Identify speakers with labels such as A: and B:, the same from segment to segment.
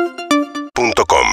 A: UrbanaPlayFM.com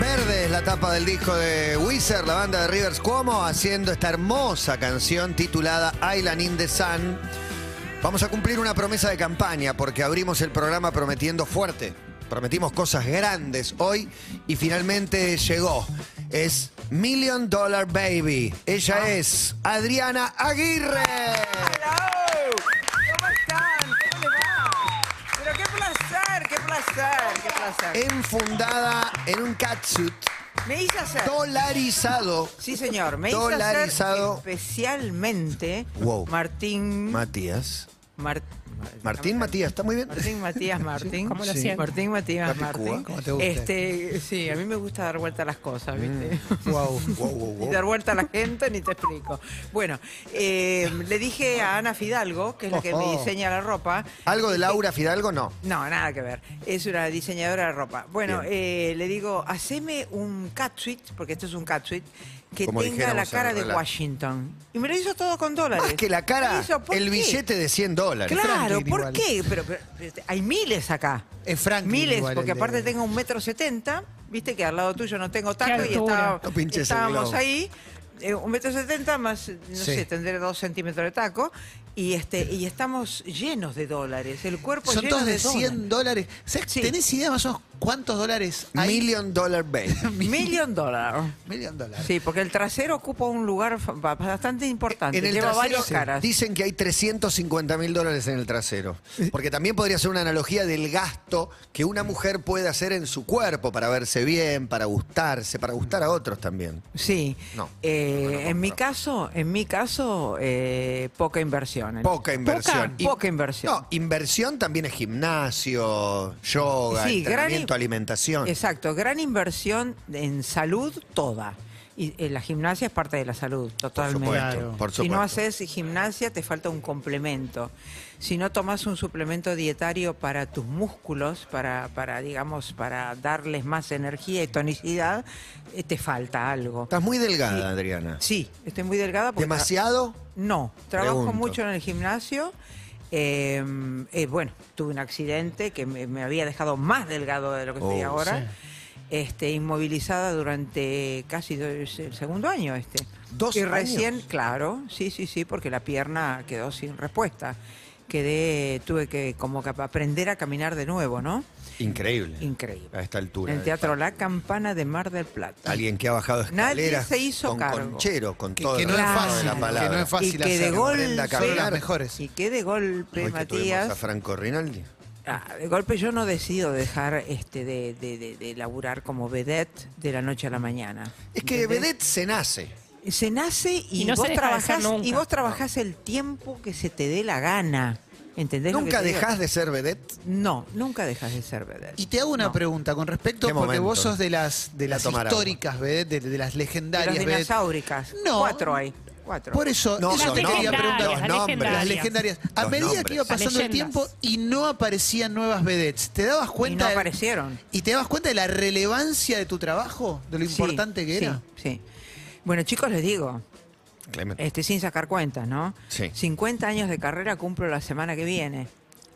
B: Verde es la tapa del disco de Wizard, la banda de Rivers Cuomo, haciendo esta hermosa canción titulada Island in the Sun. Vamos a cumplir una promesa de campaña porque abrimos el programa prometiendo fuerte. Prometimos cosas grandes hoy y finalmente llegó. Es Million Dollar Baby. Ella es Adriana Aguirre.
C: ¡Hello! ¿Cómo están? ¿Cómo les va? Pero qué placer, qué placer, qué
B: Eh,
C: placer.
B: Enfundada en un catsuit
C: Me hice hacer.
B: dolarizado.
C: Sí, señor. Me hice hacer
B: Dolarizado.
C: especialmente
B: Wow.
C: Martín.
B: Matías.
C: Mar-
B: Martín Matías, está muy bien.
C: Martín Matías Martín.
D: ¿cómo lo hacían?
C: Martín Matías
B: Capicúa,
C: Martín.
B: ¿cómo te gusta?
C: Este, sí, a mí me gusta dar vuelta a las cosas, ¿viste?
B: Mm. Wow, wow, wow,
C: Ni dar vuelta a la gente, ni te explico. Bueno, eh, le dije a Ana Fidalgo, que es la que me
B: Ojo.
C: diseña la ropa.
B: Algo de Laura Fidalgo, no.
C: No, nada que ver. Es una diseñadora de ropa. Bueno, eh, le digo, haceme un catsuit, porque esto es un catsuit, que
B: Como
C: tenga la
B: dijéramos en
C: cara
B: el
C: de
B: relato.
C: Washington. Y me lo hizo todo con dólares.
B: Más que la
C: Me
B: cara,
C: hizo, ¿por
B: el
C: qué?
B: billete de 100 dólares.
C: Claro,
E: Franklin
C: ¿por
E: igual.
C: qué? Pero, pero- pero hay miles acá.
E: Es Franklin
C: Miles,
E: igual
C: porque
E: el de-
C: aparte tengo un metro setenta, viste que al lado tuyo no tengo taco y
D: altura.
C: estaba-
B: No pinches el
C: estábamos
B: globo.
C: ahí. eh, un metro setenta más, no
E: Sí.
C: sé, tendré dos centímetros de taco. Y este, y estamos llenos de dólares. El cuerpo
E: Son
C: lleno
E: todos de
C: Pues de
E: 100 dólares. ¿Sabés-
C: Sí.
E: ¿Tenés idea más o menos cuántos dólares hay?
B: Million Dollar Baby.
C: Million dólares.
E: Million dólares.
C: Sí, porque el trasero ocupa un lugar fa- ba- bastante importante. Lleva
B: trasero
C: varias caras.
B: Dicen que hay 350 mil dólares en el trasero. Porque también podría ser una analogía del gasto que una mujer puede hacer en su cuerpo para verse bien, para gustarse, para gustar a otros también.
C: Sí.
B: No,
C: Eh, en mi caso, en mi caso, eh, poca inversión.
B: Poca inversión. Y-
C: poca inversión.
B: No, inversión también es gimnasio, yoga,
C: Sí, gran
B: entrenamiento,
C: in-
B: alimentación.
C: Exacto, gran inversión en salud toda. Y eh, la gimnasia es parte de la salud, totalmente.
B: supuesto, Claro. por
C: Si no
B: supuesto.
C: haces gimnasia, te falta un complemento. Si no tomas un suplemento dietario para tus músculos, para, para digamos, para darles más energía y tonicidad, eh, te falta algo.
B: Estás muy delgada, Adriana.
C: Sí, estoy muy delgada. Porque
B: ¿Demasiado?
C: No, trabajo
B: Pregunto.
C: mucho en el gimnasio. Eh, eh, bueno, tuve un accidente que me, me había dejado más delgado de lo que estoy
B: Oh,
C: ahora. Este, inmovilizada durante casi do- es el segundo año este.
B: ¿Dos
C: y recién,
B: años?
C: claro, sí, sí, sí, porque la pierna quedó sin respuesta. Quedé, tuve que como que aprender a caminar de nuevo, ¿no?
B: Increíble.
C: Increíble.
B: A esta altura.
C: en el
B: del
C: Teatro La Campana de Mar del Plata.
B: Alguien que ha bajado escaleras
C: Nadie se hizo
B: con
C: cargo.
B: conchero, con
E: Que,
B: todo
E: que
B: el
E: no es
B: respeto de
E: fácil.
B: la palabra.
E: Que no es fácil
C: y que de
E: hacerlo.
B: Aprenda a
C: golpe,
E: Son las
B: caminar.
E: mejores.
C: y que de golpe,
B: Hoy que tuvimos
C: Matías,
B: a Franco Rinaldi.
C: Ah, de golpe yo no decido dejar este de, de, de- de laburar como vedette de la noche a la mañana.
B: Es que Vedette se nace.
C: Se nace y,
D: Y no se
C: vos
D: deja de
C: trabajás,
D: ser nunca.
C: y vos trabajás el tiempo que se te dé la gana. ¿Entendés? lo que
B: Nunca
C: te digo?
B: dejás de ser Vedette.
C: No, nunca dejas de ser vedette.
E: Y te hago una
C: No.
E: pregunta con respecto,
B: Qué
E: porque
B: momento.
E: vos sos de las,
B: Voy
E: de
B: a
E: las
B: tomar
E: históricas, vedettes, de, de las
C: De
E: legendarias,
C: las
E: vedettes.
C: dinosauricas.
E: No.
C: Cuatro hay. Cuatro.
E: Por eso,
B: No,
E: eso
B: son
E: te quería
B: nombres,
E: preguntar.
B: los
D: las
B: nombres.
D: legendarias.
E: Las legendarias. A
B: Los
E: medida
B: nombres.
E: que iba pasando el
D: Leyendas.
E: tiempo y no aparecían nuevas vedettes, ¿te dabas
C: y
E: cuenta?
C: no
E: del-
C: aparecieron.
E: ¿Y te dabas cuenta de la relevancia de tu trabajo? ¿De lo
C: Sí,
E: importante que
C: sí,
E: era?
C: Sí. Bueno, chicos, les digo,
B: Clemente.
C: Este, sin sacar cuentas, ¿no?
B: Sí.
C: 50 años de carrera cumplo la semana que viene.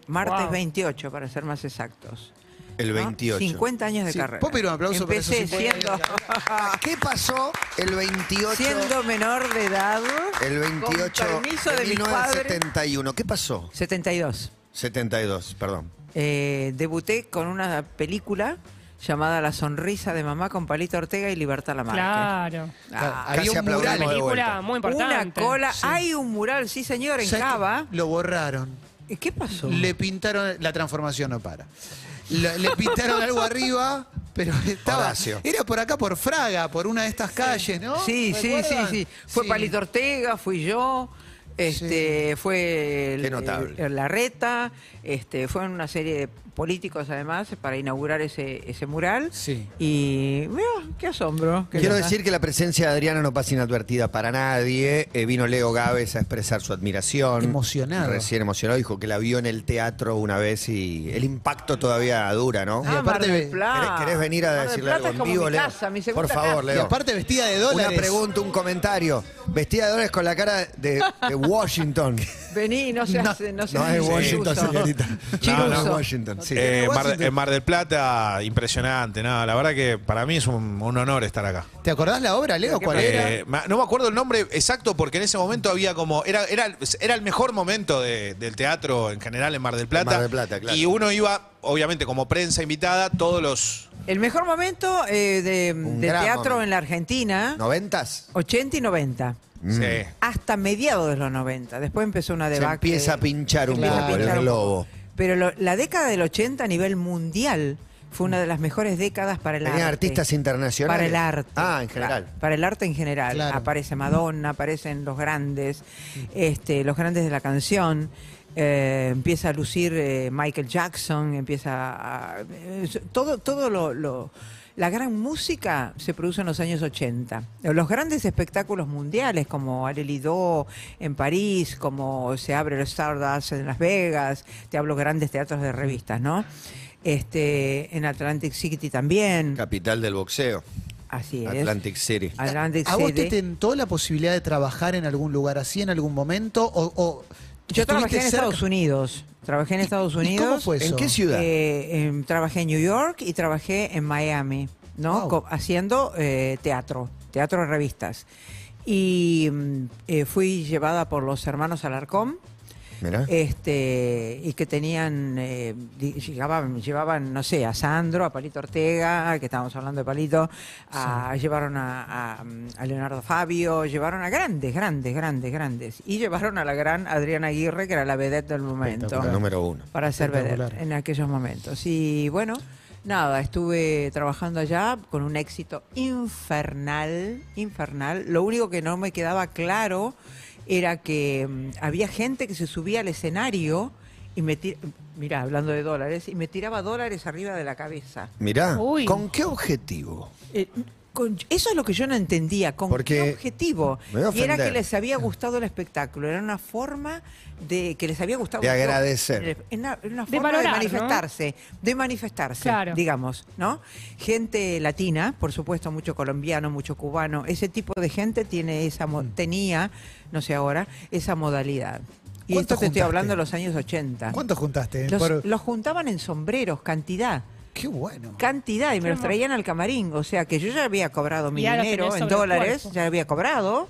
C: Martes
D: Wow.
C: 28, para ser más exactos.
B: El
C: ¿no?
B: 28.
C: 50 años de
E: Sí,
C: carrera.
E: ¿puedo pedir un aplauso para
C: Empecé
E: esos 50
C: siendo,
E: años
B: Ah, ¿Qué pasó el 28?
C: siendo menor de edad.
B: el 28
C: Con permiso de
B: de
C: mis padres.
B: 1971. ¿Qué pasó?
C: 72.
B: 72, perdón.
C: Eh, debuté con una película llamada La sonrisa de mamá con Palito Ortega y Libertad Lamarque.
D: Claro.
C: Ah,
E: Había un
B: aplaudimos
E: mural.
B: de
D: Película
B: vuelta.
D: muy importante.
C: una cola. Hay un mural, sí señor, en
E: ¿Sabes qué?
C: Cava.
E: Lo borraron.
C: ¿Qué pasó?
E: Le pintaron. La transformación no para. La- le pintaron algo arriba, pero estaba.
B: Horacio.
E: Era por acá, por Fraga, por una de estas calles, ¿no?
C: Sí, sí, sí,
E: ¿Recuerdan?
C: sí. Fue
E: Sí.
C: Palito Ortega, fui yo, este, fue
B: Qué notable.
C: La Reta, este, fue una serie de políticos además para inaugurar ese, ese mural.
E: Sí.
C: Y mira, qué asombro. qué
B: Quiero
C: cosa.
B: decir que la presencia de Adriana no pasa inadvertida para nadie. Eh, vino Leo Gávez a expresar su admiración.
E: Emocionado.
B: Recién emocionado. Dijo que la vio en el teatro una vez y el impacto todavía dura, ¿no?
E: Ah,
C: Ah, Mar
E: aparte
C: del
E: ve-
B: ¿Querés,
C: Plata.
B: querés venir a
C: Mar del
B: decirle
C: Plata
B: algo
C: es
B: en
C: como
B: vivo,
C: mi
B: Leo?
C: casa, mi
B: Por
C: segunda
B: favor,
E: Y
B: Leo.
E: aparte vestida de
B: Una
E: dólares.
B: pregunta, un comentario. Vestida de dólares con la cara de, de Washington.
C: Vení, no seas, no,
B: No
C: seas
B: es Washington,
C: intruso.
B: señorita.
C: Chiruso.
B: No, no es Washington. Sí.
A: Eh, Mar-
E: Washington.
A: en Mar del Plata, impresionante. Nada, la verdad que para mí es un, un honor estar acá.
E: ¿Te acordás la obra, Leo? ¿Cuál era?
A: Eh, ma- no me acuerdo el nombre exacto porque en ese momento había como. Era, era, era el mejor momento de- del teatro en general en Mar del Plata.
B: Mar del Plata, claro.
A: Y uno iba, obviamente, como prensa invitada, todos los.
C: El mejor momento eh, de,
B: Un
C: de
B: gran
C: teatro
B: momento.
C: en la Argentina,
B: ¿Noventas?
C: 80 y 90.
B: Mm.
A: Sí.
C: Hasta mediados de los 90. Después empezó una
B: Se
C: debacle.
B: empieza a pinchar un
C: Empieza a
B: poco el
C: pinchar un poco.
B: globo.
C: Pero lo- la década del 80 a nivel mundial fue una de las mejores décadas para el
B: Tenían
C: arte.
B: artistas internacionales.
C: Para el arte.
B: Ah, en general.
C: Pa- Para el arte en general.
E: Claro.
C: Aparece Madonna, aparecen los grandes, este, los grandes de la canción. eh, empieza a lucir eh, Michael Jackson, empieza a, eh, todo, todo lo, lo- la gran música se produce en los años 80. Los grandes espectáculos mundiales como Arel Lido en París, como se abre el Stardust en Las Vegas, te hablo grandes teatros de revistas, ¿no? Este, en Atlantic City también.
B: Capital del boxeo.
C: Así es.
B: Atlantic City.
C: Atlantic
E: ¿A vos
C: City.
E: te tentó la posibilidad de trabajar en algún lugar así en algún momento? O, o
C: Yo trabajé
E: estuviste
C: en
E: cerca?
C: Estados Unidos. Trabajé en Estados
E: ¿Y
C: Unidos.
E: cómo fue eso?
B: ¿En qué ciudad?
C: Eh, em, trabajé en New York y trabajé en Miami, ¿no?
E: Wow.
C: Co- haciendo eh, teatro, teatro de revistas. Y mm, eh, fui llevada por los hermanos Alarcón.
B: Mirá.
C: eh, Este, y que tenían, eh, di- llegaban, llevaban, no sé, a Sandro, a Palito Ortega, que estábamos hablando de Palito, a- llevaron a, a, mm, a Leonardo Fabio, llevaron a grandes, grandes, grandes, grandes. Y llevaron a la gran Adriana Aguirre, que era la vedette del momento,
B: El número uno.
C: para ser vedette
E: Espectacular.
C: en aquellos momentos. Y bueno, nada, estuve trabajando allá con un éxito infernal, infernal. Lo único que no me quedaba claro era que mm, había gente que se subía al escenario y me tiraba, mira, hablando de dólares, y me tiraba dólares arriba de la cabeza.
B: Mirá,
D: Uy.
B: ¿con qué objetivo?
C: Eh, con- eso es lo que yo no entendía, con
B: Porque-
C: qué objetivo.
B: Me voy a
C: Y era
B: ofender.
C: que les había gustado el espectáculo, era una forma de que les había gustado.
B: De agradecer.
C: Era una, era una forma de,
D: valorar, ¿no?
C: manifestarse, de manifestarse,
D: Claro.
C: digamos, ¿no? Gente latina, por supuesto, mucho colombiano, mucho cubano, ese tipo de gente tiene esa mo-
B: Mm.
C: tenía, no sé ahora, esa modalidad. Y
E: ¿Cuánto
C: esto te estoy
E: juntaste?
C: hablando de los años 80.
E: ¿Cuánto juntaste?
C: Los,
E: Por-
C: los juntaban en sombreros, cantidad
E: Qué bueno.
C: cantidad y me los
D: Tremendo.
C: traían al camarín. O sea que yo ya había cobrado mi
D: Y ahora
C: dinero
D: tenés
C: en
D: sobre el
C: dólares,
D: cuerpo.
C: ya había cobrado,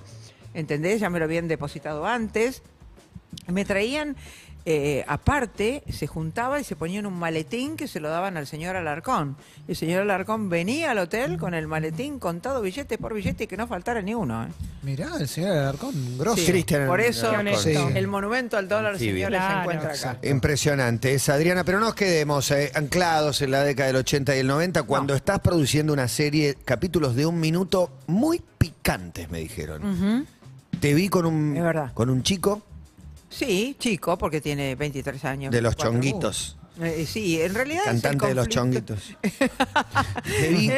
C: ¿entendés? Ya me lo habían depositado antes. Me traían, eh, aparte, se juntaba y se ponían un maletín que se lo daban al señor Alarcón. Y el señor Alarcón venía al hotel con el maletín contado billete por billete y que no faltara ni uno. ¿eh?
E: Mirá, el señor Alarcón, grosso.
C: Sí.
B: Oh, Cristian
C: Por eso
B: Alarcón.
E: Sí.
C: el monumento al dólar,
B: Anfibio.
C: señores, se
D: Claro,
C: encuentra acá.
B: Impresionante es Adriana, pero no nos quedemos eh, anclados en la década del 80 y el 90 cuando estás produciendo una serie, capítulos de un minuto muy picantes, me dijeron. Te vi con un,
C: Es verdad.
B: con un chico
C: Sí, chico, porque tiene 23 años.
B: de los
C: 24.
B: chonguitos,
C: Eh, sí, en realidad es el
B: cantante de los
C: conflicto. Eh.
B: chonguitos. te, vi,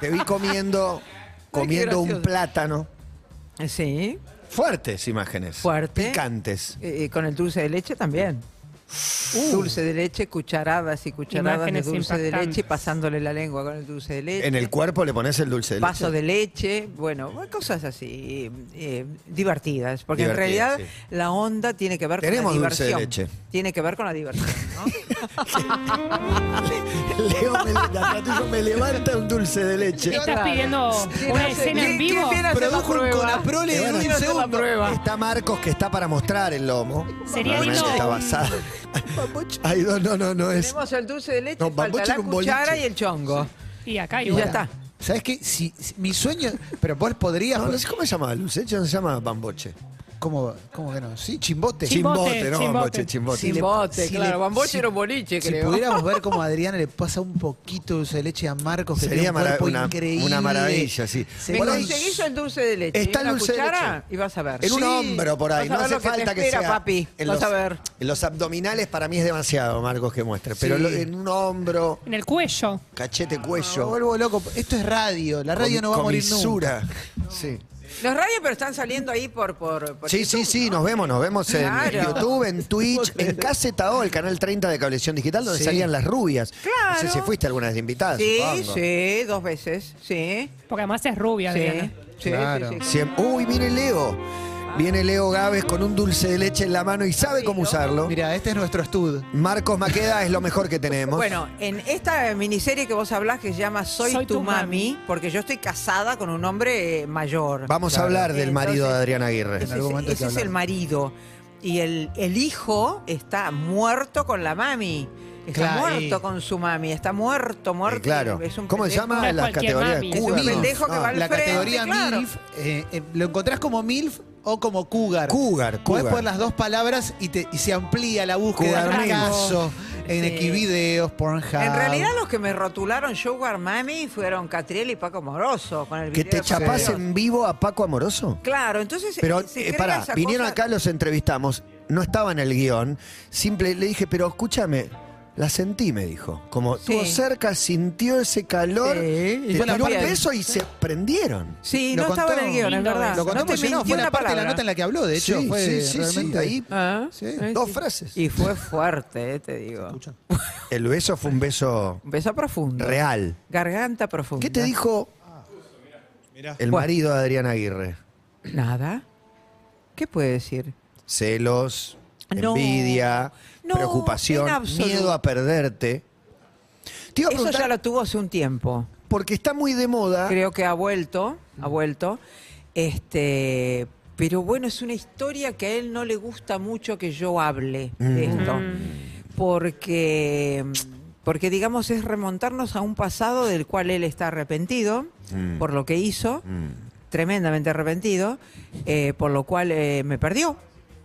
B: te vi comiendo, comiendo un
C: gracioso.
B: plátano.
C: Eh, Sí,
B: Fuertes imágenes.
C: Fuerte.
B: Picantes.
C: eh, con el dulce de leche también. Uh. Dulce de leche, cucharadas y cucharadas
D: Uh. Imágenes
C: de dulce de
D: impactantes.
C: leche, pasándole la lengua con el dulce de leche.
B: En el cuerpo le pones el dulce de
C: Paso
B: leche.
C: de leche, bueno, cosas así eh, divertidas, porque en
B: Divertidas,
C: realidad la onda tiene que ver
B: Tenemos
C: con la
B: dulce de
C: diversión.
B: leche.
C: Tiene que ver con la diversión, ¿no?
B: Leo me, la tatuilla me levanta un dulce de leche.
D: ¿Estás pidiendo
C: ¿Quién
D: una
C: hace-
D: escena
C: quién-
D: en vivo?
C: quién viene a hacer la
E: Produjo un
C: prueba? ¿Quién
E: Conaprole
C: viene
E: de
C: a
E: un
C: hacer la
E: segundo.
C: prueba?
B: Eh, Está Marcos que está para mostrar el lomo.
D: Sería
B: Realmente
D: lindo
B: Está
D: un-
B: basado. Ay, no, no, no, no es.
C: Tenemos el dulce de leche,
B: No,
C: falta
B: bambuche
C: la
B: era un boliche.
C: cuchara y el chongo.
D: Y acá
C: Y ya
D: igual.
C: está.
E: ¿Sabes qué? Si, si- mi sueño. Pero vos podrías.
B: No, no sé cómo se llama el dulce de leche, no se llama bamboche.
E: ¿Cómo, cómo que no? Sí, chimbote.
D: Sí, Chimbote,
B: no bamboche,
D: chimbote.
B: chimbote.
E: Si le-
D: Chimbote,
E: si
D: claro,
E: le-
D: Bamboche
E: si-
D: era un boliche,
E: si
D: creo.
E: pudiéramos ver cómo a Adriana le pasa un poquito de dulce de leche a Marcos, que
B: Sería
E: tiene un cuerpo
B: mara- una-
E: increíble.
B: una maravilla, sí.
E: Se
C: Me
B: Bueno,
C: conseguís el dulce de leche.
B: está
C: y
B: el
C: una
B: dulce de
C: cuchara
B: leche.
C: y vas a ver.
B: En un
C: Sí.
B: hombro por ahí,
C: Vas
B: no
C: a ver
B: hace
C: lo que te
B: falta que,
C: espera,
B: sea.
C: papi.
B: En
C: Vas
B: los,
C: a ver.
B: en los abdominales para mí es demasiado, Marcos, que muestre. Pero
E: Sí.
B: lo- en un hombro,
D: En el cuello.
B: cachete,
E: me
B: cuello.
E: vuelvo loco. Esto es radio. La radio
B: com-
E: no va a morir nunca.
B: comisura. Sí.
C: Los radios, pero están saliendo ahí por. por, por
B: Sí, sí,
C: YouTube,
B: sí,
C: ¿no?
B: nos vemos, nos vemos en
C: Claro.
B: YouTube, en Twitch, en KZO, el canal 30 de Cablevisión Digital, donde
E: Sí.
B: salían las rubias. No sé
C: Claro.
B: si fuiste alguna vez de invitada,
C: Sí,
B: supongo.
C: sí, dos veces. Sí.
D: Porque además es rubia,
C: Sí,
D: Adriana.
C: sí,
E: Claro.
C: sí, sí.
B: Siem- Uy, viene Leo. Viene Leo Gávez con un dulce de leche en la mano y sabe cómo usarlo.
E: Mira, este es nuestro estudio.
B: Marcos Maqueda es lo mejor que tenemos.
C: Bueno, en esta miniserie que vos hablás que se llama Soy, tu, mami, porque yo estoy casada con un hombre eh, mayor.
B: Vamos a hablar del marido de
C: Entonces,
B: Adrián Aguirre.
E: algún momento hay
C: ese
E: que
C: es el
E: hablar.
C: marido. Y el, el hijo está muerto con la mami. Está
E: Claro,
C: muerto
E: y-
C: con su mami. Está muerto, muerto.
B: Eh, claro.
C: Es un
B: ¿Cómo se
C: pendejo.
D: No
B: llama
D: es
B: la
D: cualquier
B: categoría?
D: mami, es
B: Cougar,
C: un
B: ¿no?
C: pendejo que
B: Ah,
C: va al
E: La
C: frente,
E: categoría
C: claro.
E: MILF, eh, eh, lo encontrás como MILF o como Cougar.
B: Cougar,
E: Podés
B: cougar.
E: poner las dos palabras y, te, y se amplía la búsqueda
B: Cougar
E: en
B: MILF.
E: caso, en
C: Sí.
E: Equivideos, Pornhub.
C: En realidad los que me rotularon Sugar Mami fueron Catriel y Paco Moroso con el
B: ¿Que
C: video
B: te
C: de
B: chapás
C: Paco
B: en vivo a Paco Amoroso?
C: Claro, entonces
B: Pero,
C: eh, se
B: eh,
C: crea
B: pará,
C: esa
B: vinieron
C: cosa-
B: acá, los entrevistamos, no estaba en el guión. Simple, le dije, pero escúchame, la sentí, me dijo. Como
C: Sí.
B: estuvo cerca, sintió ese calor,
C: Sí,
B: te
C: y yo
B: tiró un
C: también.
B: beso y se prendieron.
C: Sí,
E: Lo
C: no estaba
E: contó-
C: en el guión, es
D: Lindo
C: verdad.
E: Lo
C: no te
E: contamos, no,
C: mintió
E: fue
C: una
E: la parte de la
C: palabra.
E: nota en la que habló, de hecho.
B: sí,
E: fue
B: sí, sí, sí,
E: realmente-
B: ahí
C: Ah,
E: Sí,
C: eh,
B: dos
C: sí.
B: frases.
C: Y fue fuerte, eh, te digo.
B: El beso fue un beso
C: Un beso profundo.
B: real.
C: Garganta profunda.
B: ¿Qué te dijo
A: Mirá.
B: el
C: Bueno.
B: marido de Adrián Aguirre?
C: Nada. ¿Qué puede decir?
B: celos,
C: No,
B: envidia,
C: no, en
B: preocupación,
C: absoluto.
B: miedo a perderte. Te iba a
C: Eso
B: preguntar,
C: ya lo tuvo hace un tiempo.
B: porque está muy de moda.
C: Creo que ha vuelto, ha vuelto. Este, pero bueno, es una historia que a él no le gusta mucho que yo hable de
B: Mm.
C: esto. Porque, porque digamos, es remontarnos a un pasado del cual él está arrepentido
B: Mm.
C: por lo que hizo, tremendamente arrepentido, eh, por lo cual eh, me perdió.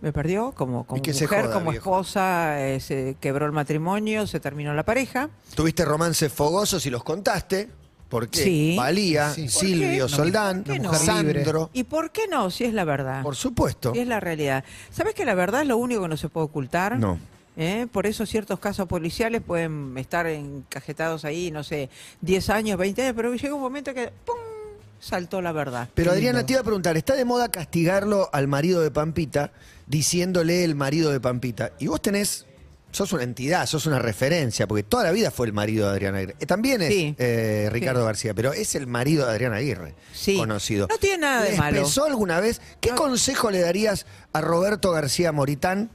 C: Me perdió como, como
B: que se
C: mujer,
B: joda,
C: como
B: viejo.
C: esposa, eh, se quebró el matrimonio, se terminó la pareja.
B: Tuviste romances fogosos y los contaste. Porque
C: Sí.
B: Valía,
E: Sí. ¿Por
B: Silvio,
C: qué?
B: Soldán,
C: ¿Por qué no?
B: Sandro.
C: ¿Y por qué no? Si es la verdad.
B: Por supuesto.
C: Y es la realidad. ¿Sabes que la verdad es lo único que no se puede ocultar?
B: No.
C: ¿Eh? Por eso ciertos casos policiales pueden estar encajetados ahí, no sé, 10 años, 20 años, pero llega un momento que ¡pum! saltó la verdad.
B: Pero
E: Qué
B: Adriana,
E: lindo.
B: te iba a preguntar, está de moda castigarlo al marido de Pampita diciéndole el marido de Pampita. Y vos tenés, sos una entidad, sos una referencia, porque toda la vida fue el marido de Adriana Aguirre. Eh, También es
C: Sí.
B: eh, Ricardo García, pero es el marido de Adriana Aguirre,
C: Sí.
B: conocido.
C: No tiene nada de
B: ¿Les
C: malo.
B: pensó alguna vez? ¿Qué consejo le darías a Roberto García Moritán,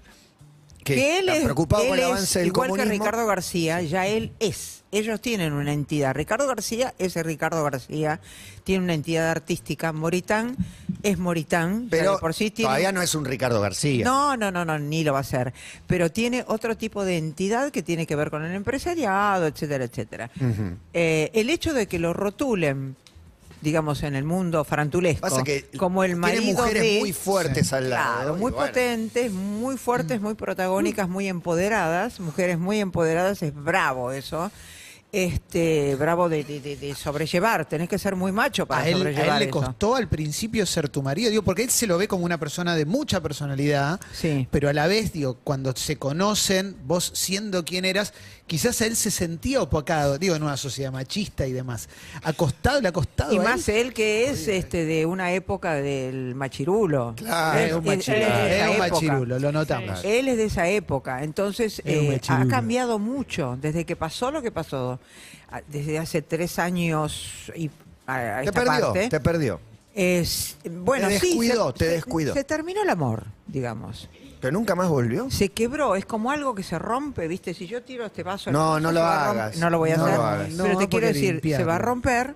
B: que, está
C: es-
B: preocupado
C: él
B: por el
C: es
B: avance del
C: igual
B: comunismo?
C: que Ricardo García, ya él es. Ellos tienen una entidad. Ricardo García es el Ricardo García, tiene una entidad artística. Moritán es Moritán, ya
B: pero
C: de por sí tiene
B: todavía no es un Ricardo García.
C: No, no, no, no, ni lo va a hacer. Pero tiene otro tipo de entidad que tiene que ver con el empresariado, etcétera, etcétera. Eh, el hecho de que lo rotulen, digamos, en el mundo farantulesco,
B: Pasa que
C: como el marido
B: tiene mujeres
C: de-
B: muy fuertes al lado. Mm.
C: Claro,
B: y
C: muy
B: bueno.
C: potentes, muy fuertes, muy protagónicas, muy empoderadas, mujeres muy empoderadas, es bravo eso. Este, bravo de, de- de- de sobrellevar, tenés que ser muy macho para
E: A él, a él
C: sobrellevar
E: le
C: eso.
E: costó al principio ser tu marido, digo, porque él se lo ve como una persona de mucha personalidad,
C: Sí.
E: pero a la vez, digo, cuando se conocen, vos siendo quien eras, quizás a él se sentía opacado, digo, en una sociedad machista y demás. Acostado, le ha costado.
C: Y
E: a él.
C: más él que es este de una época del machirulo.
B: Claro,
C: Él-
E: es un
C: él-
E: machirulo,
C: él es de
E: es
C: esa
E: un
C: época.
E: machirulo, lo notamos.
C: Él es de esa época, entonces
E: Es un
C: eh, ha
E: machirulo.
C: cambiado mucho desde que pasó lo que pasó, a- desde hace tres años y a- a
B: Te
C: esta
B: perdió,
C: parte.
B: te perdió.
C: Es- bueno,
B: Te
C: sí,
B: descuidó,
C: se-
B: te
C: se-
B: descuidó.
C: Se terminó el amor, digamos.
B: ¿Pero nunca más volvió?
C: Se quebró, es como algo que se rompe, ¿viste? Si yo tiro este vaso. al
B: No,
C: piso,
B: no
C: se
B: lo
C: va a romper.
B: hagas.
C: No lo voy a
B: No
C: hacer.
B: lo hagas.
C: Pero
E: No,
C: te quiero
E: porque
C: decir, se va a
E: limpiarlo.
C: romper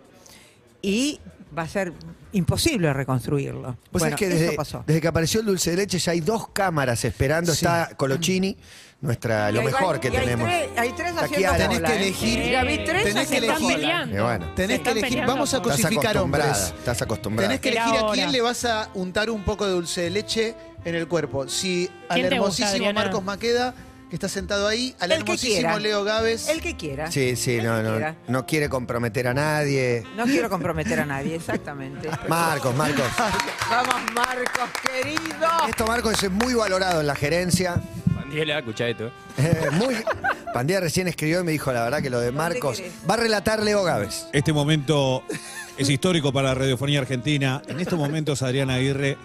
C: y va a ser imposible reconstruirlo.
B: Vos
C: bueno,
B: sabés Pues que
C: eso
B: desde,
C: pasó.
B: desde que apareció el dulce de leche ya hay dos cámaras esperando.
E: Sí.
B: Está Colochini, nuestra, lo
C: Y hay
B: mejor
C: varios-
B: que
C: y hay
B: tenemos.
C: tres- hay tres
B: Está
C: haciendo
B: Kiara.
E: Tenés
C: cola,
E: que
C: ¿eh?
E: elegir.
C: Mira, vi tres
E: tenés que
C: haciendo
D: están
E: elegir.
C: cola.
D: peleando.
B: Eh, bueno.
D: Se
E: Tenés que
D: están
E: elegir.
D: peleando
E: Vamos a
D: por-
B: Estás
E: cosificar
B: acostumbrada,
E: hombres.
B: estás acostumbrada.
E: Tenés que
D: Era
E: elegir a
D: hora.
E: quién le vas a untar un poco de dulce de leche en el cuerpo. Si al
D: ¿Quién te gusta,
E: hermosísimo
D: Adriana?
E: Marcos Maqueda, que está sentado ahí, al
C: El que
E: hermosísimo
C: quiera.
E: Leo Gávez.
C: El que quiera.
B: Sí, sí,
C: El
B: no,
C: que
B: no,
C: quiera.
B: no quiere comprometer a nadie.
C: No quiero comprometer a nadie, exactamente.
B: Marcos, Marcos.
C: Vamos, Marcos, querido.
B: Esto, Marcos, es muy valorado en la gerencia.
F: Pandiela, escucha esto. eh.
B: Eh, muy... Pandía recién escribió y me dijo la verdad que lo de Marcos.
C: querés?
B: Va a relatar Leo Gávez.
A: Este momento es histórico para la radiofonía argentina. En estos momentos Adriana Aguirre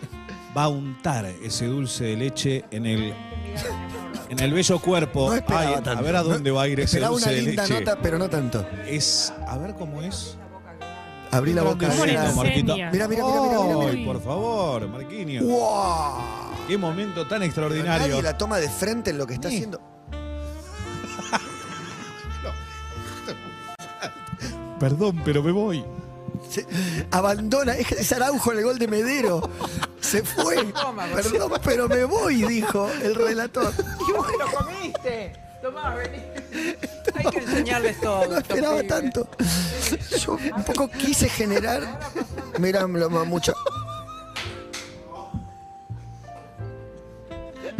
A: va a untar ese dulce de leche en el en el bello cuerpo.
B: No esperaba
A: Ay,
B: tanto.
A: a ver a dónde
B: No-
A: va a ir ese
B: esperaba
A: dulce
B: una
A: de
B: linda
A: leche.
B: nota, pero no tanto.
A: Es a ver cómo es.
B: Abrí la boca.
D: ¿Cómo le
B: Mira,
D: enseña?
B: mira, mira, mira, mira.
A: Ay, por favor, Marquinhos.
B: ¡Wow!
A: Qué momento tan extraordinario.
B: Nadie la toma de frente en lo que está
A: Ni.
B: haciendo.
A: Perdón, pero me voy.
B: Se- abandona, es, es Araujo en el gol de Medero. Se fue.
C: Toma, vos.
B: Perdón, pero me voy, dijo el relator.
C: Y vos lo comiste. Tomá, vení. Hay que enseñarles todo.
B: No esperaba tanto. Yo un poco quise generar. Mirá, lo más mucho.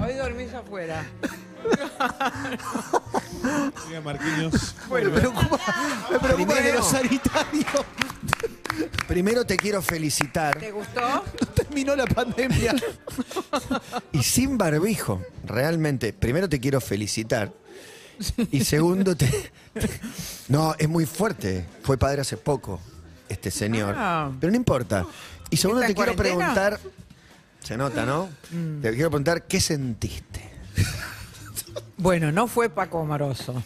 C: Hoy dormís afuera.
A: Mira, Marquinhos.
B: Me preocupa, me preocupa que
E: de
B: no
E: los
B: sal-
E: sanitarios.
B: Primero te quiero felicitar.
C: ¿Te gustó?
E: Terminó la pandemia.
B: Y sin barbijo, realmente. Primero te quiero felicitar. Y segundo, te. No, es muy fuerte. Fue padre hace poco, este señor.
C: Ah.
B: Pero no importa. Y segundo,
C: ¿Está
B: te
C: en
B: quiero
C: cuarentena?
B: preguntar. Se nota, ¿no? Te quiero preguntar, ¿qué sentiste?
C: Bueno, no fue Paco Amoroso.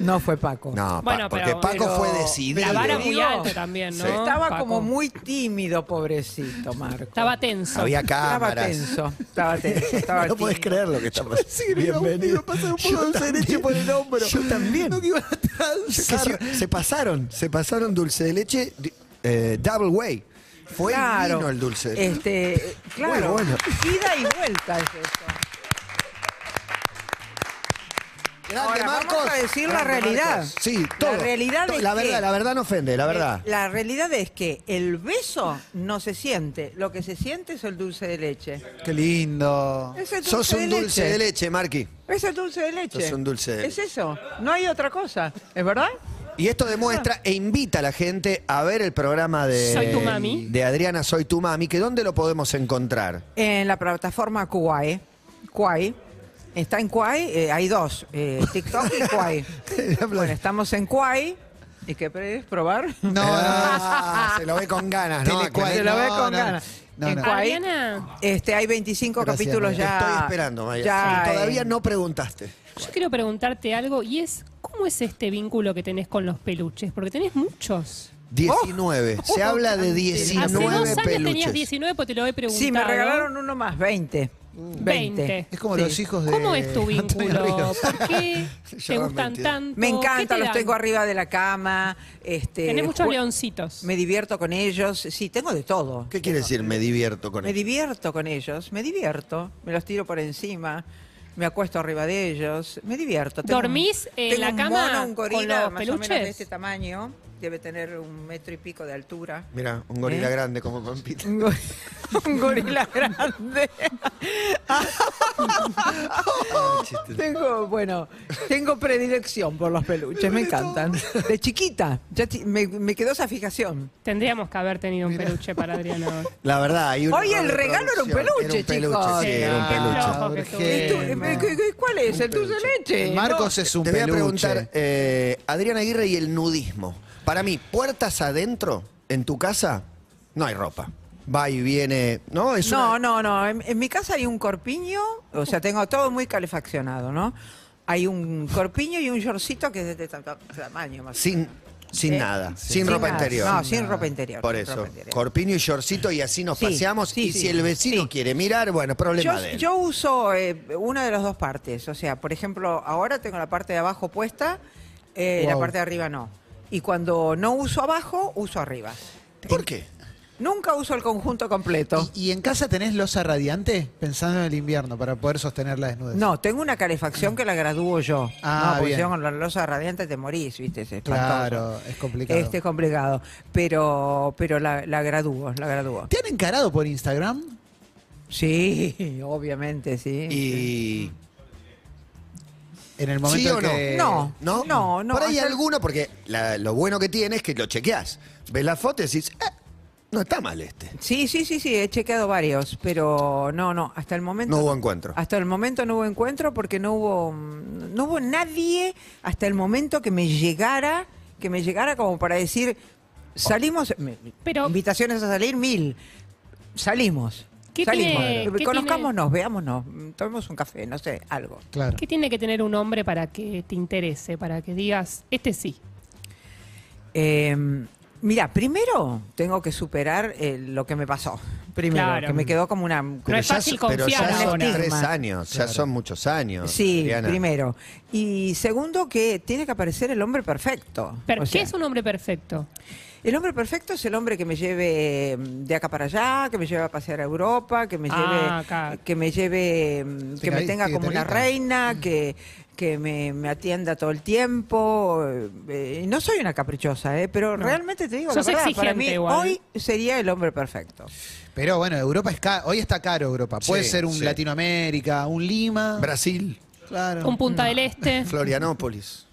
C: No fue Paco.
B: No, pa-
D: Bueno,
B: porque
D: pero-
B: Paco
D: pero
B: fue decidido.
D: La vara
C: Digo,
D: muy alta también, ¿no?
B: Sí.
C: Estaba
D: Paco?
C: como muy tímido, pobrecito, Marco.
D: Estaba tenso.
B: Había
C: Estaba
B: cámaras.
C: tenso. Estaba tenso. Estaba
B: no podés
C: tímido.
B: creer lo que está pasando. Bienvenido. Yo también. Yo también.
E: No que iban a
B: Que
E: transar.
B: se, se pasaron, se pasaron dulce de leche di- eh, double way. Fue
C: claro.
B: divino el dulce. de leche.
C: Este, claro.
B: Bueno,
C: Ida y vuelta es eso.
B: Grande,
C: Ahora, vamos a decir la
B: Grande,
C: realidad.
B: Marcos. Sí,
C: La
B: todo.
C: realidad
B: To-
C: es
B: la
C: que-
B: verdad, la verdad no ofende, la verdad.
C: La realidad es que el beso no se siente. Lo que se siente es el dulce de leche.
E: Qué lindo.
C: Es el
B: Sos un dulce de leche, Marqui.
C: Es el dulce de leche.
B: Sos un dulce de
C: Es eso. No hay otra cosa. ¿Es verdad?
B: Y esto demuestra e invita a la gente a ver el programa de,
D: Soy tu mami.
B: de Adriana Soy tu mami, que dónde lo podemos encontrar.
C: En la plataforma Kuai. Kuai. Está en Kuai. eh, hay dos. eh, TikTok y Kuai. bueno, estamos en Kuai. ¿Y qué querés probar?
E: No,
B: Ah, se lo ve con ganas, ¿no?
E: Telecuadro.
C: Se lo ve
E: no,
C: con
E: no.
C: ganas.
E: No,
C: en
E: no.
C: Kuai,
D: Adriana.
C: Este, hay 25
E: Gracias,
C: capítulos
E: Maya.
C: ya.
B: Estoy esperando, Maya.
C: ya eh,
B: Sí, todavía
C: en-
B: no preguntaste.
D: Yo quiero preguntarte algo y es, ¿cómo es este vínculo que tenés con los peluches? Porque tenés muchos.
C: Oh.
B: 19. se habla de
D: Hace dos
B: 19
D: años tenías
B: peluches.
D: 19 porque te lo he preguntado.
C: Sí, me regalaron uno más, 20. 20.
D: 20.
E: Es como
C: Sí.
E: los hijos de.
D: ¿Cómo es tu
E: Antonio
D: vínculo?
E: Ríos.
D: ¿Por qué
B: Ya
D: te
B: van
D: gustan
B: 22.
D: tanto?
C: Me
D: ¿Qué
C: encanta,
D: te
C: los
D: dan?
C: tengo arriba de la cama. Este,
D: Tenés muchos
C: jue-
D: leoncitos.
C: Me divierto con ellos. Sí, tengo de todo.
B: ¿Qué quiere decir me divierto con
C: Me
B: él?
C: divierto con ellos, me divierto. Me los tiro por encima, me acuesto arriba de ellos, me divierto. un-
D: ¿Dormís en
C: tengo
D: la
C: un
D: cama
C: mono, un
D: con
C: gorila,
D: los
C: más o menos de
D: peluches?
C: este tamaño. Debe tener un metro y pico de altura.
B: Mira, un
C: ¿Eh?
B: gorila grande como compite.
C: Un go- un gorila grande. tengo, bueno, tengo predilección por los peluches, me encantan. De chiquita, ya ti- me, me quedó esa fijación.
D: Tendríamos que haber tenido un peluche para Adriana hoy.
B: La verdad, hay un
C: Oye,
B: error
C: el
B: de
C: regalo era un
B: producción.
C: peluche,
B: Era un peluche, sí, era un
C: chicos.
E: Ah,
D: Qué
B: peluche.
D: flojo que
E: Virgen.
D: estuviste.
C: ¿Y tú- eh, ¿Cuál es? ¿El dulce de leche?
E: Marcos es un
B: Te voy a
E: peluche.
B: preguntar, eh, Adriana Aguirre y el nudismo. Para mí, puertas adentro, en tu casa, no hay ropa. Va y viene, ¿no? Es
C: no,
B: una-
C: no, no. En, en mi casa hay un corpiño, o sea, tengo todo muy calefaccionado, ¿no? Hay un corpiño y un yorcito que es de este tam- tamaño más.
B: Sin, sin
C: Eh,
B: nada,
C: sí.
B: sin ropa
C: nada.
B: interior.
C: No, sin ropa interior.
B: Por
C: sin
B: eso,
C: ropa interior.
B: corpiño y shortcito y así nos
C: Sí,
B: paseamos.
C: sí,
B: y
C: sí,
B: si el vecino
C: sí.
B: quiere mirar, bueno, problema
C: Yo,
B: de él.
C: yo uso eh, una de las dos partes. O sea, por ejemplo, ahora tengo la parte de abajo puesta, eh, la
E: Wow.
C: parte de arriba no. Y cuando no uso abajo, uso arriba.
B: ¿Por qué?
C: Nunca uso el conjunto completo.
E: ¿Y, y en casa tenés losa radiante? Pensando en el invierno para poder sostener la desnudez.
C: No, tengo una calefacción que la graduo yo.
E: Ah,
C: no, porque
E: bien.
C: yo con la losa radiante te morís, ¿viste? Es espantoso.
E: Claro, es complicado.
C: Este es complicado. Pero, pero la, la gradúo, la gradúo.
E: ¿Te han encarado por Instagram?
C: Sí, obviamente, sí.
B: Y.
E: En el momento
B: ¿Sí o
E: en que.
C: No.
B: ¿No?
C: No, no,
B: Por ahí
C: o sea-
B: alguno, porque la- lo bueno que tiene es que lo chequeás. Ves la foto y decís, eh, no está mal este.
C: Sí, sí, sí, sí, he chequeado varios, pero no, no, hasta el momento.
B: No hubo encuentro.
C: Hasta el momento no hubo encuentro porque no hubo, mm, no hubo nadie hasta el momento que me llegara, que me llegara como para decir, salimos, me-
D: Pero-
C: invitaciones a salir mil, salimos.
D: ¿Qué
C: salimos.
D: tiene- qué
C: Conozcámonos, veámonos, mm, tomemos un café, no sé, algo.
E: Claro.
D: ¿Qué tiene que tener un hombre para que te interese, para que digas, este sí?
C: Eh, mira, primero tengo que superar eh, lo que me pasó. Primero,
D: Claro.
C: que me quedó como una...
D: Pero es fácil
B: so- pero
D: confiar
B: ya son
C: ahora.
B: tres
C: Estigma.
B: años, ya
E: Claro.
B: son muchos años.
C: Sí,
B: Adriana.
C: primero. Y segundo, que tiene que aparecer el hombre perfecto.
D: Pero,
C: O sea,
D: ¿Qué es un hombre perfecto?
C: El hombre perfecto es el hombre que me lleve mm, de acá para allá, que me lleve a pasear a Europa, que me
D: Ah,
C: lleve,
D: acá.
C: que me lleve, mm, que me
E: Pegadita,
C: tenga como una
E: pegadita.
C: reina, que, que me, me atienda todo el tiempo. eh, y no soy una caprichosa, eh, pero realmente te digo
D: Sos
C: la verdad, para
D: exigente
C: mí
D: igual.
C: hoy sería el hombre perfecto.
E: Pero bueno, Europa es ca- hoy está caro Europa. Puede
B: Sí,
E: ser un
B: sí.
E: Latinoamérica, un Lima.
B: Brasil,
E: claro.
D: Un Punta del Este.
B: Florianópolis.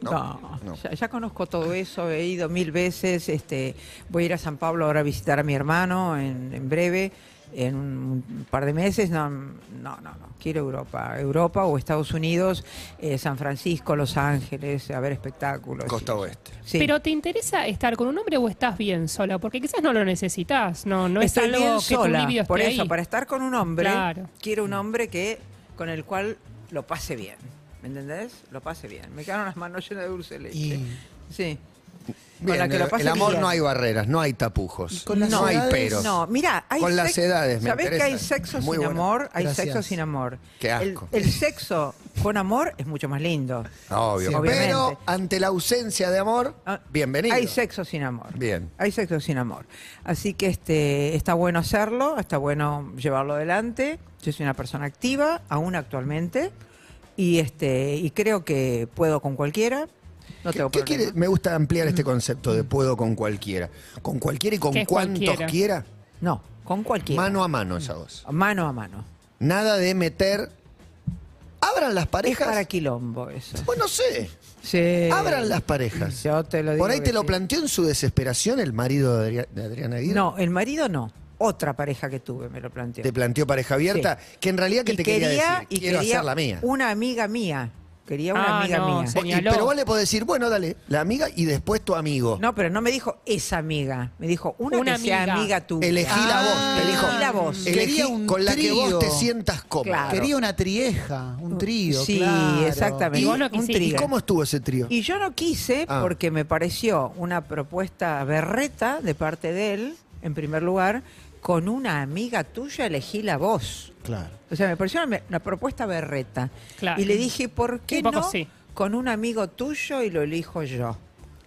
C: No,
B: no.
C: Ya, ya conozco todo eso, he ido mil veces, este, voy a ir a San Pablo ahora a visitar a mi hermano en, en breve, en un par de meses, no, no, no, no, quiero Europa, Europa o Estados Unidos, eh, San Francisco, Los Ángeles, a ver espectáculos.
B: Costa Oeste.
C: Sí.
D: Pero ¿te interesa estar con un hombre o estás bien sola? Porque quizás no lo necesitas, no, no
C: Estoy
D: es algo
C: bien
D: que
C: sola,
D: tu libido esté
C: por eso,
D: ahí.
C: para estar con un hombre,
D: Claro.
C: quiero un hombre que con el cual lo pase bien, ¿me entendés? Lo pase bien. Me quedaron las manos llenas de dulce de leche.
E: Y-
C: Sí.
B: Bien,
C: la que lo
B: el- el
C: pase
B: amor
C: bien.
B: no hay barreras, no hay tapujos,
E: con las
B: no hay
E: edades?
B: peros.
C: No, mira, hay
B: Con las
C: sex-
B: edades, me
C: ¿Sabés que
B: interesa.
C: hay sexo
B: Muy
C: sin
B: bueno.
C: amor? Hay
E: Gracias.
C: sexo sin amor.
B: Qué
C: El-
B: asco.
C: El, sexo con amor es mucho más lindo.
B: Obvio.
C: Sí,
B: Pero
C: obviamente.
B: ante la ausencia de amor,
C: Ah,
B: bienvenido.
C: Hay sexo sin amor.
B: Bien.
C: Hay sexo sin amor. Así que este está bueno hacerlo, está bueno llevarlo adelante. Yo soy una persona activa, aún actualmente, y este y creo que puedo con cualquiera. No
B: ¿Qué-
C: tengo
B: qué
C: problema. Mm.
B: quiere? Me gusta ampliar este concepto de puedo con cualquiera. Con cualquiera y con
D: ¿Qué es
B: cuantos
D: cualquiera?
B: quiera.
C: No, con cualquiera.
B: Mano a mano
C: Mm.
B: esa voz.
C: Mano a mano.
B: Nada de meter. Abran las
C: Es
B: parejas.
C: para quilombo eso.
B: Pues no sé.
C: Sí.
B: Abran las parejas.
C: Yo te lo digo
B: Por ahí
C: que
B: te lo
C: sí.
B: planteó en su desesperación el marido de, Adria- de Adriana Aguirre.
C: No, el marido no. Otra pareja que tuve me lo planteó.
B: Te planteó pareja abierta, que en realidad que
C: Y
B: te quería, decir,
C: y
B: quiero
C: quería
B: hacer la mía.
C: Una amiga mía. Quería una
D: Ah,
C: amiga
D: no,
C: mía.
D: se-
B: Y-
D: señaló.
B: pero vos le podés decir, bueno, dale, la amiga y después tu amigo.
C: No, pero no me dijo esa amiga. Me dijo una,
D: Una
C: que sea
D: amiga.
C: amiga tuya.
B: Elegí la
E: Ah,
B: voz, te dijo. Eh,
C: elegí la voz.
B: Elegí
E: Quería un
B: con la que vos
E: trío.
B: te sientas cómoda.
C: Claro.
E: Quería una trieja, un trío.
C: Sí,
E: claro.
C: exactamente.
D: Y vos no
C: Un
D: quisiste.
B: ¿Y
C: trío.
B: cómo estuvo ese trío?
C: Y yo no quise
B: Ah.
C: porque me pareció una propuesta berreta de parte de él, en primer lugar, con una amiga tuya elegí la voz.
E: Claro.
C: O sea, me pareció una, una propuesta berreta.
D: Claro.
C: Y le dije, ¿por qué
D: Un poco
C: no
D: sí.
C: con un amigo tuyo y lo elijo yo?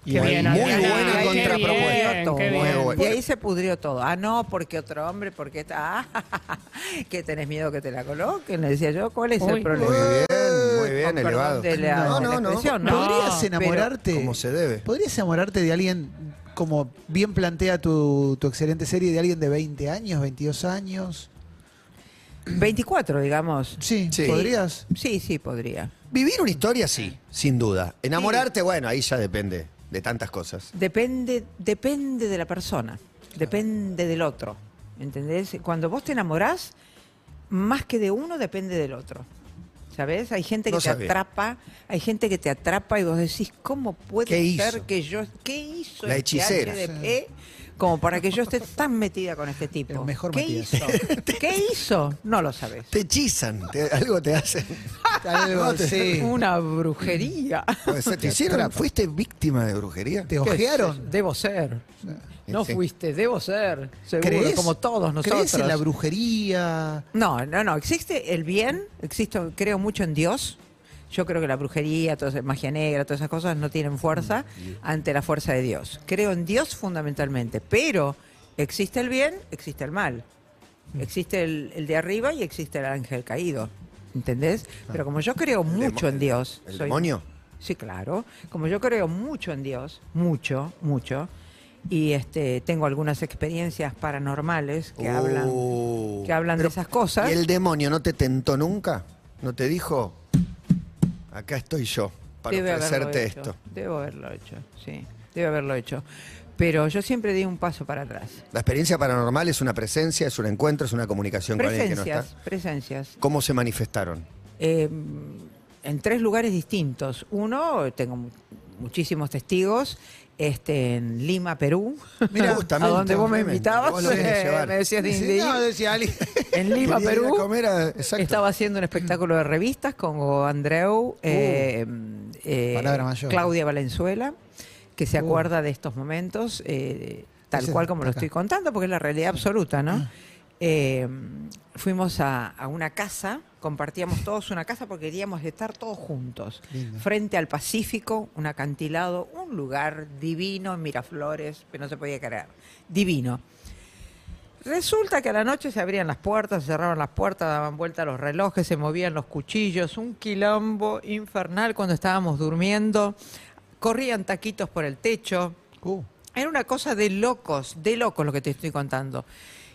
D: Qué
B: muy
D: bien,
B: muy
D: Adriana,
B: buena
D: qué
B: contrapropuesta.
D: bien,
C: Todo.
D: qué
B: Muy
D: bien.
B: bueno.
C: Y ahí se pudrió todo. Ah, no, porque otro hombre, porque está. ah, que tenés miedo que te la coloquen. Le decía yo, ¿cuál es
D: Uy.
C: el problema?
B: Muy bien, muy
C: Con
B: bien,
C: perdón
B: elevado.
C: de la-
E: No,
C: de la
B: no, no.
C: expresión,
D: No,
E: ¿Podrías
D: pero-
E: enamorarte?
B: como se debe.
E: ¿Podrías enamorarte de alguien, como bien plantea tu, tu excelente serie, de alguien de 20 años, 22 años?
C: 24, digamos.
E: Sí,
B: Sí.
E: ¿podrías?
C: Sí, sí, podría.
B: Vivir una historia, sí, sin duda. Enamorarte, bueno, ahí ya depende de tantas cosas.
C: Depende, depende de la persona, depende del otro. ¿Entendés? Cuando vos te enamorás, más que de uno depende del otro. ¿Sabes? Hay gente que
B: No
C: te
B: sabía.
C: atrapa, hay gente que te atrapa y vos decís, ¿cómo puede
B: ¿Qué
C: ser
B: hizo?
C: que yo. ¿Qué hizo
B: La
C: este
B: hechicera.
C: HDP como para que yo esté tan metida con este tipo?
E: El mejor
C: ¿Qué
E: Matías.
C: hizo? ¿Qué hizo? No lo sabes.
B: Te hechizan, te- algo te hacen.
E: Algo, sí.
C: Una brujería.
B: Puede ser, ¿Te hicieron? ¿Fuiste víctima de brujería?
E: ¿Te ojearon?
C: Debo ser. No
B: Sí.
C: fuiste, debo ser. Seguro,
E: ¿Crees?
C: como todos nosotros.
E: ¿Crees en la brujería?
C: No, no, no. Existe el bien, existo, creo mucho en Dios. Yo creo que la brujería, toda esa magia negra, todas esas
E: Mm,
C: cosas no tienen fuerza ante la fuerza de Dios. Creo en Dios fundamentalmente, pero Existe el bien, existe el mal.
E: Mm.
C: Existe el, el de arriba y existe el ángel caído. ¿Entendés? Pero como yo creo mucho en Dios.
B: ¿El
C: soy-
B: demonio?
C: Sí, claro. Como yo creo mucho en Dios, mucho, mucho, y este, tengo algunas experiencias paranormales que hablan,
B: Uh.
C: que hablan
B: Pero,
C: de esas cosas.
B: ¿Y el demonio no te tentó nunca? ¿No te dijo? Acá estoy yo para
C: Debe haberlo
B: ofrecerte
C: hecho,
B: esto.
C: Debo haberlo hecho, sí, debe haberlo hecho. Pero yo siempre di un paso para atrás.
B: La experiencia paranormal es una presencia, es un encuentro, es una comunicación con alguien que no
C: Presencias,
B: está.
C: presencias.
B: ¿Cómo se manifestaron?
C: Eh, en tres lugares distintos. Uno, tengo mu- muchísimos testigos, este, en Lima, Perú.
B: Mirá,
C: a donde vos me
B: justamente,
C: invitabas,
B: vos lo querés
C: eh,
B: llevar.
C: me decías de
E: Dice,
C: ir.
E: no, decía alguien.
C: En Lima,
B: Quería ir a
C: Perú.
B: comer a- exacto.
C: Estaba haciendo un espectáculo de revistas con Hugo Andreu, eh, eh,
E: Uh, Palabra mayor. Uh.
C: Claudia Valenzuela, que se acuerda de estos momentos, eh, tal
E: Ese es
C: cual como lo
E: acá. Ah.
C: estoy contando, porque es la realidad absoluta, ¿no? Eh, fuimos a, a una casa, compartíamos todos una casa porque queríamos estar todos juntos,
E: Lindo.
C: frente al Pacífico, un acantilado, un lugar divino en Miraflores, que no se podía creer, divino. Resulta que a la noche se abrían las puertas, se cerraban las puertas, daban vuelta los relojes, se movían los cuchillos, un quilombo infernal cuando estábamos durmiendo, corrían taquitos por el techo.
E: Uh,
C: Era una cosa de locos, de locos lo que te estoy contando.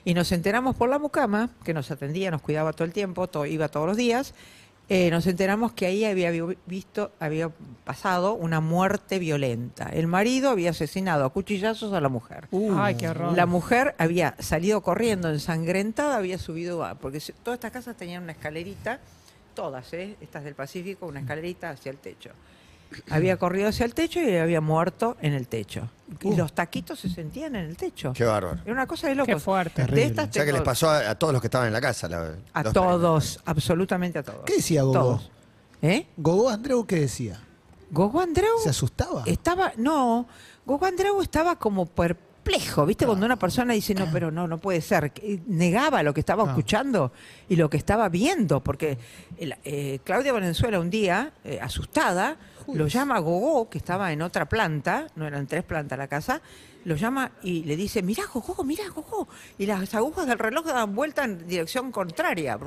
C: Y nos enteramos por la mucama, que nos atendía, nos cuidaba todo el tiempo, to- iba todos los días. eh, nos enteramos que ahí había vi- visto, había pasado una muerte violenta. El marido había asesinado a cuchillazos a la mujer.
D: Ay, qué horror.
C: La mujer había salido corriendo, ensangrentada, había subido, a- porque se- todas estas casas tenían una escalerita, todas, ¿eh? estas del Pacífico, una escalerita hacia el techo. Había corrido hacia el techo y había muerto en el techo. Y los taquitos se sentían en el techo.
B: Qué bárbaro.
C: Era una cosa de locos.
D: Qué fuerte.
E: Terrible.
C: De estas
B: O sea que les
C: tengo-
B: pasó a, a todos los que estaban en la casa. la-
C: a
B: los-
C: todos, absolutamente a todos.
E: ¿Qué decía Gogo?
C: Todos. ¿Eh?
E: Gogó Andreu, ¿qué decía?
C: Gogo Andreu
E: ¿Se asustaba?
C: Estaba, no, Gogo Andreu estaba como perplejo, ¿viste? Cuando una persona dice, no, pero no, no puede ser. que- Negaba lo que estaba
E: Ah.
C: escuchando y lo que estaba viendo, porque el- eh, Claudia Valenzuela un día, eh, asustada, lo llama a Gogo, que estaba en otra planta, no eran tres plantas la casa, lo llama y le dice, mirá, Gogo, mirá, Gogo. Y las agujas del reloj daban vuelta en dirección contraria.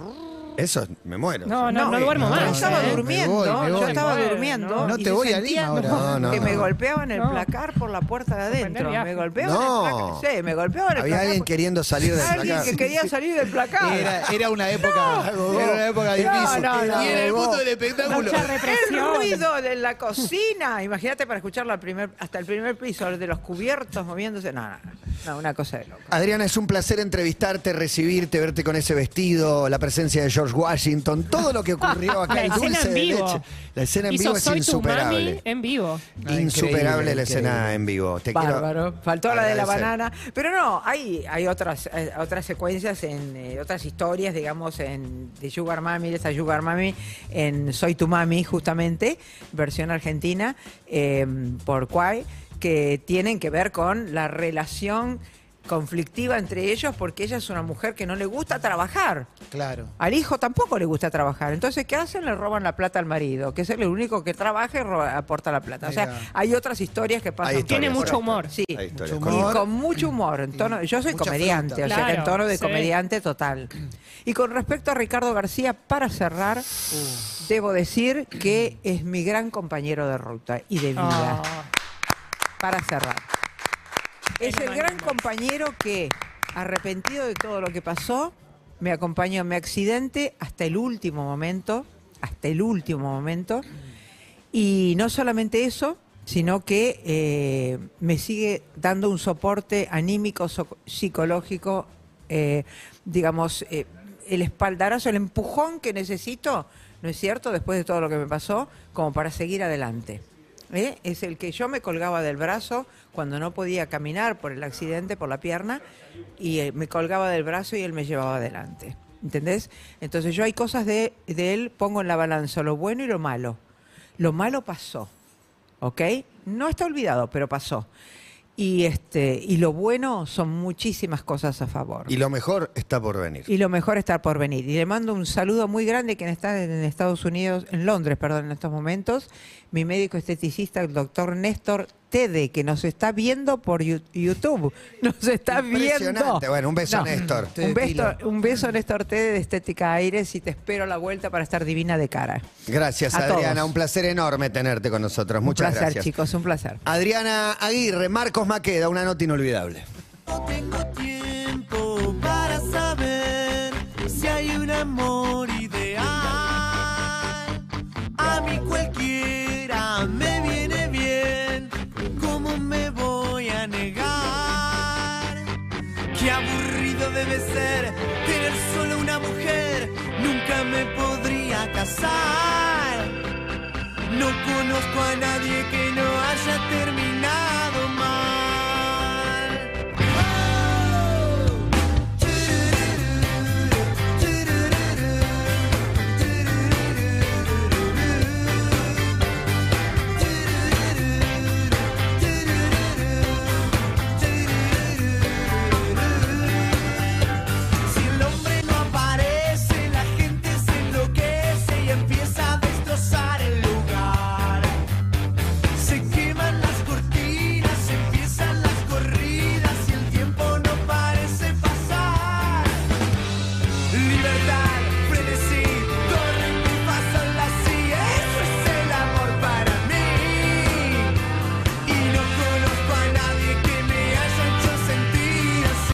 B: Eso, me muero.
D: No, no, no,
C: No,
D: duermo
E: no,
C: yo
E: no,
D: más.
C: Ah, estaba
E: eh.
C: durmiendo,
E: Me voy, me
C: yo
E: voy.
C: estaba
D: Bueno,
C: durmiendo.
E: no
C: y
E: te
C: se
E: voy a
C: sentía
E: Lima ahora.
B: No, no,
C: que me
B: no.
C: golpeaban el
D: No.
C: placar por la puerta de adentro.
D: Suspender
C: Me
D: viaje.
C: golpeaban
B: No.
C: el placar. Sí, me golpeaban el
B: Había
C: placar.
B: alguien
C: porque-
B: queriendo salir de la
C: Alguien
B: casa.
C: que quería salir del placar.
E: Era, era una época, era
B: Gogó.
E: una época
C: No,
E: difícil.
C: no, no,
E: y en el
B: Gogó.
E: mundo del espectáculo.
D: Mucha represión.
C: El ruido de la cocina. Imagínate para escucharlo al primer, hasta el primer piso, de los cubiertos moviéndose. No, no, no. No, una cosa de loco.
B: Adriana, es un placer entrevistarte, recibirte, verte con ese vestido, la presencia de George Washington, todo lo que ocurrió acá
D: La
B: el
D: escena
B: dulce
D: en
B: de
D: vivo.
B: leche. La escena en
D: Hizo
B: vivo es
D: Soy tu mami
B: insuperable.
D: en vivo.
E: Ah, increíble,
B: insuperable la
E: increíble.
B: escena en vivo. Te quiero
C: Bárbaro. Faltó la de la
B: agradecer.
C: banana. Pero no, hay, hay otras, eh, otras secuencias en eh, otras historias, digamos, en de Sugar Mami, de esa Sugar Mami, en Soy tu Mami, justamente, versión argentina, eh, por Quay, que tienen que ver con la relación conflictiva entre ellos porque ella es una mujer que no le gusta trabajar.
E: Claro.
C: Al hijo tampoco le gusta trabajar. Entonces, ¿qué hacen? Le roban la plata al marido, que es el único que trabaja y ro- aporta la plata. O sea,
E: Mirá.
C: hay otras historias que pasan.
B: Hay
C: por
D: Tiene
B: historias,
C: eso.
B: correcto.
D: mucho humor.
C: Sí.
B: Hay historias,
C: Y
E: Mucho humor.
B: correcto.
C: con mucho humor. En tono, yo soy
E: Mucha
C: comediante,
E: fruta.
C: o sea que en
D: Claro,
C: tono de
D: sí.
C: comediante total. Y con respecto a Ricardo García, para cerrar,
D: Uh.
C: debo decir que es mi gran compañero de ruta y de vida.
D: Ah.
C: Para cerrar. Es el
D: Animal,
C: gran
D: animal.
C: compañero que, arrepentido de todo lo que pasó, me acompañó en mi accidente hasta el último momento, hasta el último momento. Y no solamente eso, sino que eh, me sigue dando un soporte anímico, so- psicológico, eh, digamos, eh, el espaldarazo, el empujón que necesito, ¿no es cierto?, después de todo lo que me pasó, como para seguir adelante. ¿eh? Es el que yo me colgaba del brazo cuando no podía caminar por el accidente, por la pierna, y eh, me colgaba del brazo y él me llevaba adelante. ¿Entendés? Entonces yo hay cosas de, de él, pongo en la balanza lo bueno y lo malo. Lo malo pasó, ¿ok? No está olvidado, pero pasó. Y este y lo bueno son muchísimas cosas a favor.
B: Y lo mejor está por venir.
C: Y lo mejor está por venir. Y le mando un saludo muy grande a quien está en Estados Unidos, en Londres, perdón, en estos momentos. Mi médico esteticista, el doctor Néstor Tede, que nos está viendo por Yu- YouTube. Nos está viendo.
B: Impresionante. Bueno, un beso, Néstor.
C: Un beso, un beso, Néstor Tede, de Estética Aires, y te espero a la vuelta para estar divina de cara.
B: Gracias,
C: A
B: Adriana.
C: todos.
B: Un placer enorme tenerte con nosotros.
C: Un
B: Muchas
C: placer,
B: gracias.
C: chicos, un placer.
B: Adriana Aguirre, Marcos Maqueda, una nota inolvidable.
F: No tengo tiempo para saber si hay un amor ideal. A mí cualquiera me viene bien, ¿cómo me voy a negar? Qué aburrido debe ser tener solo una mujer, nunca me podría casar. No conozco a nadie que no haya terminado mal. Si el hombre no aparece, la gente se enloquece y empieza a destrozar el lugar. Se queman las cortinas, empiezan las corridas y el tiempo no parece pasar. Libertad, frenesí, corren y pasan las sillas. Eso es el amor para mí. Y no conozco a nadie que me haya hecho sentir así.